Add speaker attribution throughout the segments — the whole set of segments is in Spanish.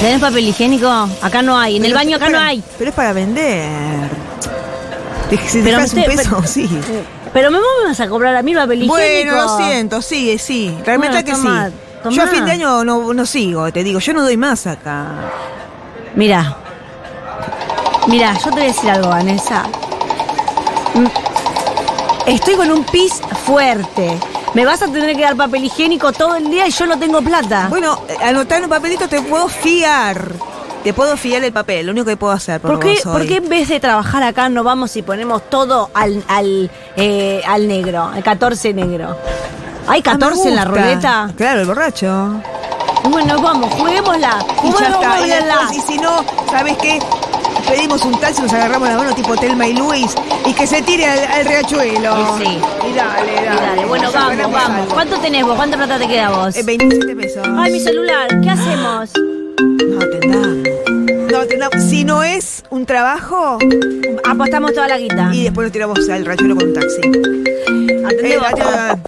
Speaker 1: ¿Tenés papel higiénico? Acá no hay. En el
Speaker 2: Pero-
Speaker 1: baño acá
Speaker 2: pero-
Speaker 1: no hay.
Speaker 2: Pero es para vender. Te- Si
Speaker 1: Pero
Speaker 2: dejas un
Speaker 1: usted-
Speaker 2: peso,
Speaker 1: pero-
Speaker 2: sí.
Speaker 1: Pero me me vas a cobrar a mí el papel higiénico.
Speaker 2: Bueno, lo siento, sigue, sí. Realmente
Speaker 1: Bueno,
Speaker 2: que
Speaker 1: toma,
Speaker 2: sí.
Speaker 1: toma.
Speaker 2: Yo a fin de año no, no sigo, te digo, yo no doy más acá.
Speaker 1: Mira. Mira, yo te voy a decir algo, Vanessa. Mm, Estoy con un pis fuerte. Me vas a tener que dar papel higiénico todo el día y yo no tengo plata.
Speaker 2: Bueno, eh, anotar en un papelito te puedo fiar. Te puedo fiar el papel, lo único que puedo hacer. Por,
Speaker 1: ¿Por qué,
Speaker 2: vos hoy.
Speaker 1: por qué en vez de trabajar acá no vamos y ponemos todo al, al, eh, al negro, al 14 negro? ¿Hay
Speaker 2: Ah, me
Speaker 1: 14 en la
Speaker 2: gusta.
Speaker 1: ruleta?
Speaker 2: Claro, el borracho.
Speaker 1: Bueno, vamos, juguémosla.
Speaker 2: Y ya está. Y,
Speaker 1: juguémosla.
Speaker 2: después, y si no, ¿sabes qué? Pedimos un taxi, nos agarramos la mano tipo Telma y Luis y que se tire al, al riachuelo.
Speaker 1: Y sí.
Speaker 2: Y dale, dale.
Speaker 1: Y Dale, bueno,
Speaker 2: Nos
Speaker 1: vamos,
Speaker 2: agarramos
Speaker 1: vamos.
Speaker 2: algo.
Speaker 1: ¿Cuánto tenés vos? ¿Cuánta plata te queda a vos?
Speaker 2: Eh, 27 pesos.
Speaker 1: Ay, mi celular, ¿qué hacemos?
Speaker 2: No tendamos. No tendamos. Si no es un trabajo,
Speaker 1: Apostamos toda la guita.
Speaker 2: y después nos tiramos al rachuelo con un taxi. Eh,
Speaker 1: Atendemos.
Speaker 2: la-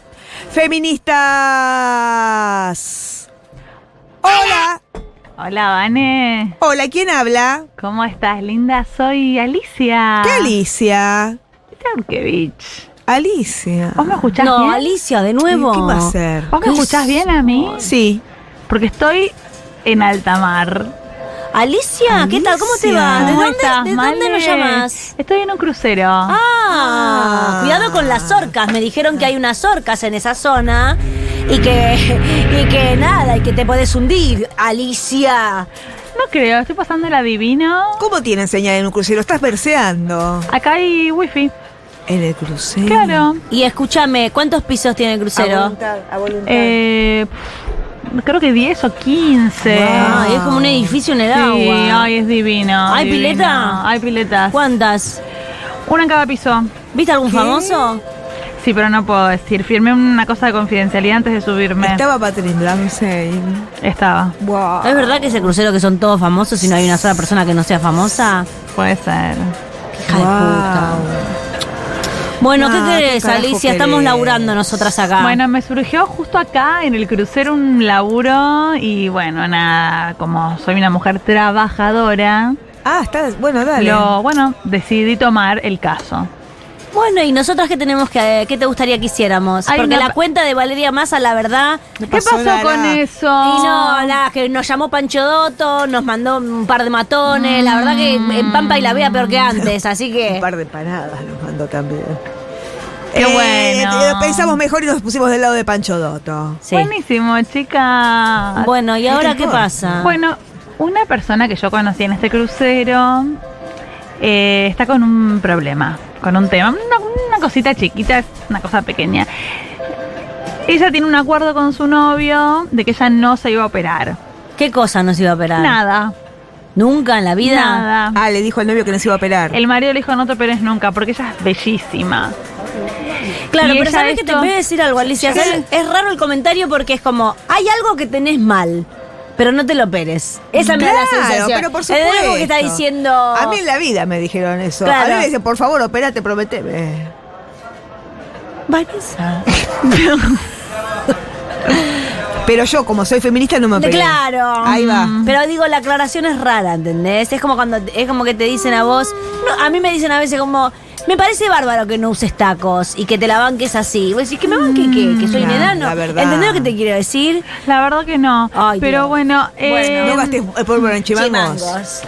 Speaker 2: Feministas. Hola.
Speaker 3: Hola, Vane.
Speaker 2: Hola, ¿quién habla?
Speaker 3: ¿Cómo estás, linda? Soy Alicia.
Speaker 1: Ah.
Speaker 2: ¿Qué Alicia?
Speaker 3: Tarkevich.
Speaker 2: Alicia.
Speaker 3: ¿Vos me escuchás
Speaker 1: No,
Speaker 3: bien?
Speaker 1: Alicia, de nuevo.
Speaker 2: ¿Qué va a hacer?
Speaker 3: ¿Vos me escuchás bien a mí?
Speaker 2: Sí.
Speaker 3: Porque estoy en alta mar.
Speaker 1: Alicia, ¿qué tal? ¿Cómo te
Speaker 2: Alicia.
Speaker 1: va? ¿De
Speaker 3: ¿Cómo
Speaker 1: dónde,
Speaker 3: estás,
Speaker 1: de dónde
Speaker 3: Vane?
Speaker 1: nos llamas?
Speaker 3: Estoy en un crucero.
Speaker 1: Ah,
Speaker 2: Ah.
Speaker 1: cuidado con las orcas. Me dijeron que hay unas orcas en esa zona y que, y que nada, y que te podés hundir, Alicia.
Speaker 3: No creo, estoy pasando la divino.
Speaker 2: ¿Cómo tienen señal en un crucero? Estás verseando.
Speaker 3: Acá hay wifi.
Speaker 2: En el crucero.
Speaker 3: Claro.
Speaker 1: Y escúchame, ¿cuántos pisos tiene el crucero?
Speaker 2: a voluntad.
Speaker 3: Eh, pf, creo que 10 o 15.
Speaker 2: Guau.
Speaker 1: Ay, es como un edificio en el
Speaker 3: Sí,
Speaker 1: agua.
Speaker 3: ay, es divino.
Speaker 1: ¿Hay
Speaker 3: divino.
Speaker 1: pileta?
Speaker 3: Hay piletas.
Speaker 1: ¿Cuántas?
Speaker 3: Una en cada piso.
Speaker 1: ¿Viste algún
Speaker 2: ¿Qué?
Speaker 1: famoso?
Speaker 3: Sí, pero no puedo decir. Firmé una cosa de confidencialidad antes de subirme.
Speaker 2: Estaba Patrick Ramsey.
Speaker 3: Estaba.
Speaker 2: Wow.
Speaker 1: ¿Es verdad que ese crucero que son todos famosos y no hay una sola persona que no sea famosa?
Speaker 3: Puede ser.
Speaker 1: Hija de puta. Bueno,
Speaker 2: No,
Speaker 1: ¿qué
Speaker 2: ¿qué
Speaker 1: querés,
Speaker 2: carajo
Speaker 1: Alicia?
Speaker 2: querés?
Speaker 1: Estamos laburando nosotras acá.
Speaker 3: Bueno, me surgió justo acá en el crucero un laburo y bueno, nada, como soy una mujer trabajadora,
Speaker 2: Ah, está. Bueno, dale.
Speaker 3: lo bueno, decidí tomar el caso.
Speaker 1: Bueno, ¿y nosotras qué tenemos que eh, qué te gustaría que hiciéramos?
Speaker 3: Hay
Speaker 1: Porque
Speaker 3: una-
Speaker 1: la cuenta de Valeria Massa, la verdad,
Speaker 3: ¿Qué
Speaker 2: pasó
Speaker 3: pasó
Speaker 2: nada.
Speaker 3: con este? eso?
Speaker 1: y no, la que nos llamó Pancho Dotto, nos mandó un par de matones, la verdad que en Pampa y la Vea peor que antes, así
Speaker 2: Un
Speaker 1: que
Speaker 2: par de panadas nos mandó también.
Speaker 3: Qué bueno.
Speaker 2: eh, Pensamos mejor y nos pusimos del lado de Pancho Dotto.
Speaker 1: sí.
Speaker 3: Buenísimo, chica.
Speaker 1: Bueno, ¿y
Speaker 2: No
Speaker 1: ahora
Speaker 2: te
Speaker 1: qué
Speaker 2: importa.
Speaker 1: pasa?
Speaker 3: Bueno, una persona que yo conocí en este crucero eh, está con un problema, con un tema, una, una cosita chiquita, es una cosa pequeña. Ella tiene un acuerdo con su novio de que ella no se iba a operar.
Speaker 1: ¿qué cosa nos iba a operar?
Speaker 3: Nada,
Speaker 1: Nunca en la vida.
Speaker 3: nada.
Speaker 2: Ah, le dijo al novio que nos iba a operar.
Speaker 3: El marido le dijo no te operes nunca porque ella es bellísima.
Speaker 1: Claro,
Speaker 3: Y
Speaker 1: pero
Speaker 3: ella
Speaker 1: sabes que
Speaker 3: esto-
Speaker 1: te voy a decir algo, Alicia.
Speaker 2: ¿Qué?
Speaker 1: ¿Sabes? Es raro el comentario porque es como, hay algo que tenés mal, pero no te lo operes. Esa me da la
Speaker 2: Claro,
Speaker 1: sensación.
Speaker 2: pero por
Speaker 1: Es de
Speaker 2: supuesto.
Speaker 1: algo que está diciendo.
Speaker 2: A mí en la vida me dijeron eso. A
Speaker 1: Claro.
Speaker 2: mí me dicen, por favor, operate, prometeme.
Speaker 1: Vanessa.
Speaker 2: Pero yo, como soy feminista, no me operé.
Speaker 1: Claro. Mm.
Speaker 2: Ahí va.
Speaker 1: Pero digo, la aclaración es rara, ¿entendés? Es como cuando es como que te dicen a vos, no, a mí me dicen a veces como, me parece bárbaro que no uses tacos y que te la banques así. Y vos decís, ¿que me banque qué? Que soy un
Speaker 2: Claro,
Speaker 1: enano.
Speaker 2: Mm, la verdad.
Speaker 1: ¿Entendés lo que te quiero decir?
Speaker 3: La verdad que no.
Speaker 1: Ay,
Speaker 3: pero
Speaker 1: Dios.
Speaker 3: bueno, eh,
Speaker 2: No gastes el pólvora en chimangos.
Speaker 1: Chimangos.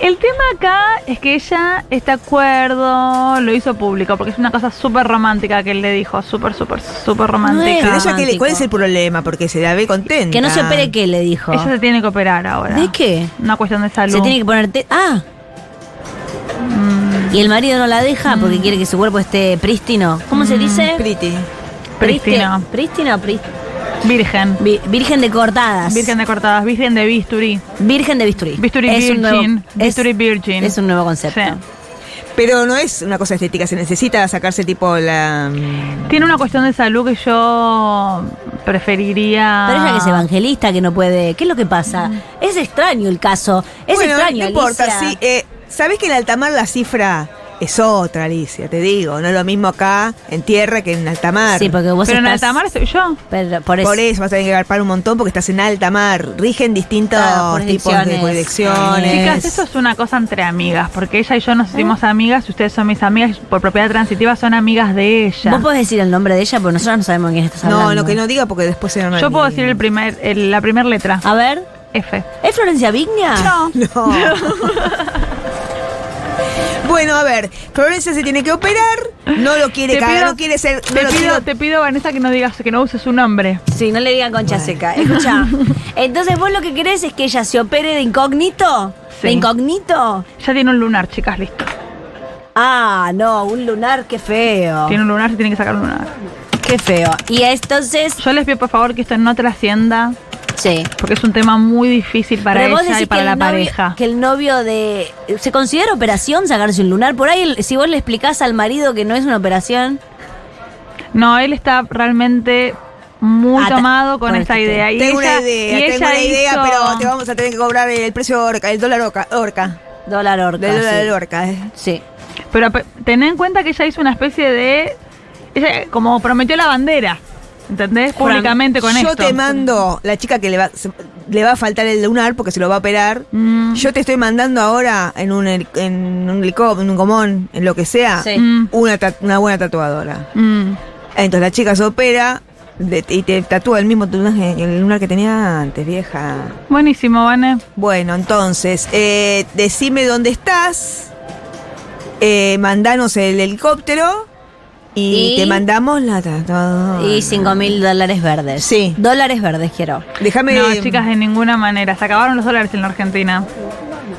Speaker 3: El tema acá es que ella este acuerdo lo hizo público porque es una cosa súper romántica que él le dijo, súper, súper, súper
Speaker 1: No
Speaker 3: romántica.
Speaker 2: Pero
Speaker 1: es-
Speaker 2: ella, ¿qué le- ¿cuál es el problema? Porque se la ve contenta.
Speaker 1: Que no se opere qué, le dijo.
Speaker 3: Ella se tiene que operar ahora.
Speaker 1: ¿De qué?
Speaker 3: Una cuestión de salud.
Speaker 1: Se tiene que ponerte. ¡Ah! Y el marido no la deja
Speaker 3: Mm.
Speaker 1: porque quiere que su cuerpo esté prístino. ¿Cómo se dice?
Speaker 2: Pretty.
Speaker 3: Prístino.
Speaker 1: Priste- Prístino. o pris-
Speaker 3: Virgen.
Speaker 1: vi- virgen de cortadas.
Speaker 3: Virgen de cortadas, virgen de bisturí.
Speaker 1: Virgen de bisturí.
Speaker 3: Bisturí
Speaker 1: Es un
Speaker 3: virgin,
Speaker 1: nuevo-
Speaker 3: bisturí
Speaker 1: es-
Speaker 3: virgin.
Speaker 1: Es un nuevo concepto.
Speaker 3: Sí.
Speaker 2: Pero no es una cosa estética, se necesita sacarse tipo la. mm,
Speaker 3: Tiene una cuestión de salud que yo preferiría.
Speaker 1: Pero ella que es evangelista, que no puede. ¿Qué es lo que pasa?
Speaker 3: Mm.
Speaker 1: Es extraño el caso. Es
Speaker 2: Bueno,
Speaker 1: extraño.
Speaker 2: No importa,
Speaker 1: Alicia.
Speaker 2: sí. Eh, ¿Sabés que en Altamar la cifra es otra, Alicia, te digo. No es lo mismo acá en tierra que en alta mar.
Speaker 1: Sí, porque vos
Speaker 3: Pero en
Speaker 1: estás-
Speaker 3: alta mar soy yo.
Speaker 1: Pero por eso.
Speaker 2: Por eso vas a tener que garpar un montón porque estás en alta mar. Rigen distintos
Speaker 1: Ah, por
Speaker 2: tipos de
Speaker 1: elecciones.
Speaker 2: colecciones.
Speaker 1: Chicas,
Speaker 3: Chicas, eso es una cosa entre amigas, porque ella y yo nos hicimos amigas, y ustedes son mis amigas, y por propiedad transitiva son amigas de ella.
Speaker 1: Vos podés decir el nombre de ella, porque nosotros no sabemos de quién estás hablando.
Speaker 2: No, lo que no diga porque después se normaliza.
Speaker 3: Yo puedo decir el primer, el- la primera letra,
Speaker 2: Ah.
Speaker 1: A ver,
Speaker 3: F.
Speaker 1: ¿es Florencia Vigna?
Speaker 3: No.
Speaker 2: No. bueno, a ver, Florencia se tiene que operar, no lo quiere
Speaker 3: Te
Speaker 2: cagar,
Speaker 3: pido-
Speaker 2: no quiere ser. no
Speaker 3: Te
Speaker 2: lo
Speaker 3: pido,
Speaker 2: quiero-
Speaker 3: te pido, Vanessa, que no digas, que no uses su nombre.
Speaker 1: Sí, no le digan concha seca. Escucha. Entonces, vos lo que querés es que ella se opere de incógnito. ¿De
Speaker 3: Sí.
Speaker 1: incógnito?
Speaker 3: Ya tiene un lunar, chicas, listo.
Speaker 1: Ah, no, un lunar, qué
Speaker 2: Ah.
Speaker 1: feo.
Speaker 3: Tiene un lunar, se tiene que sacar un lunar.
Speaker 1: Qué feo. Y entonces,
Speaker 3: Yo les pido por favor que esto no trascienda,
Speaker 1: sí.
Speaker 3: porque es un tema muy difícil para
Speaker 1: Pero vos
Speaker 3: ella y
Speaker 1: decís
Speaker 3: para
Speaker 1: que
Speaker 3: la
Speaker 1: el novio-
Speaker 3: pareja.
Speaker 1: Que el novio de. ¿Se considera operación sacarse un lunar? Por ahí, el- si vos le explicás al marido que no es una operación.
Speaker 3: No, él está realmente muy
Speaker 1: Ah, ta-
Speaker 3: tomado con
Speaker 1: con
Speaker 3: esta
Speaker 1: este
Speaker 3: idea. Y
Speaker 2: Tengo
Speaker 3: ella-
Speaker 2: una
Speaker 3: y
Speaker 2: idea, tengo
Speaker 3: ella
Speaker 2: una idea,
Speaker 3: hizo-
Speaker 2: pero te vamos a tener que cobrar el precio orca, el dólar orca. orca
Speaker 1: Dólar orca.
Speaker 3: Ah,
Speaker 2: del dólar
Speaker 1: sí.
Speaker 2: orca. eh.
Speaker 1: Sí.
Speaker 3: Pero pe- ten en cuenta que ella hizo una especie de. Ella como prometió la bandera. ¿Entendés?
Speaker 1: Fran,
Speaker 3: Públicamente con
Speaker 2: Yo
Speaker 3: esto.
Speaker 2: te mando, la chica que le va, se- le va a faltar el lunar porque se lo va a operar.
Speaker 3: Mm,
Speaker 2: Yo te estoy mandando ahora en un, heli- en un helicóptero, en un gomón, en lo que sea,
Speaker 1: Sí.
Speaker 3: mm,
Speaker 2: una, ta- una buena tatuadora.
Speaker 3: mm.
Speaker 2: Entonces la chica se opera de- y te tatúa el mismo tatuaje, el lunar que tenía antes, vieja.
Speaker 3: Buenísimo, Vane.
Speaker 2: Bueno, entonces, eh, decime dónde estás, eh, mandanos el helicóptero y,
Speaker 1: Y-
Speaker 2: te mandamos la tatuadora.
Speaker 1: Y cinco mil dólares verdes.
Speaker 2: Sí.
Speaker 1: Dólares verdes quiero.
Speaker 2: Déjame...
Speaker 3: No, chicas, de ninguna manera. Se acabaron los dólares en la Argentina.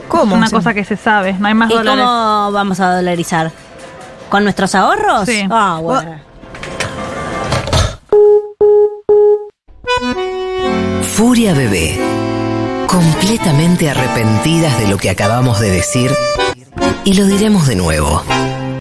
Speaker 2: ¿Cómo?
Speaker 3: Es una cosa que se sabe. No hay más
Speaker 1: ¿Y
Speaker 3: dólares.
Speaker 1: cómo vamos a dolarizar? ¿Con nuestros ahorros?
Speaker 3: Sí.
Speaker 1: Ah, bueno.
Speaker 4: Furia Bebé. Completamente arrepentidas de lo que acabamos de decir y lo diremos de nuevo.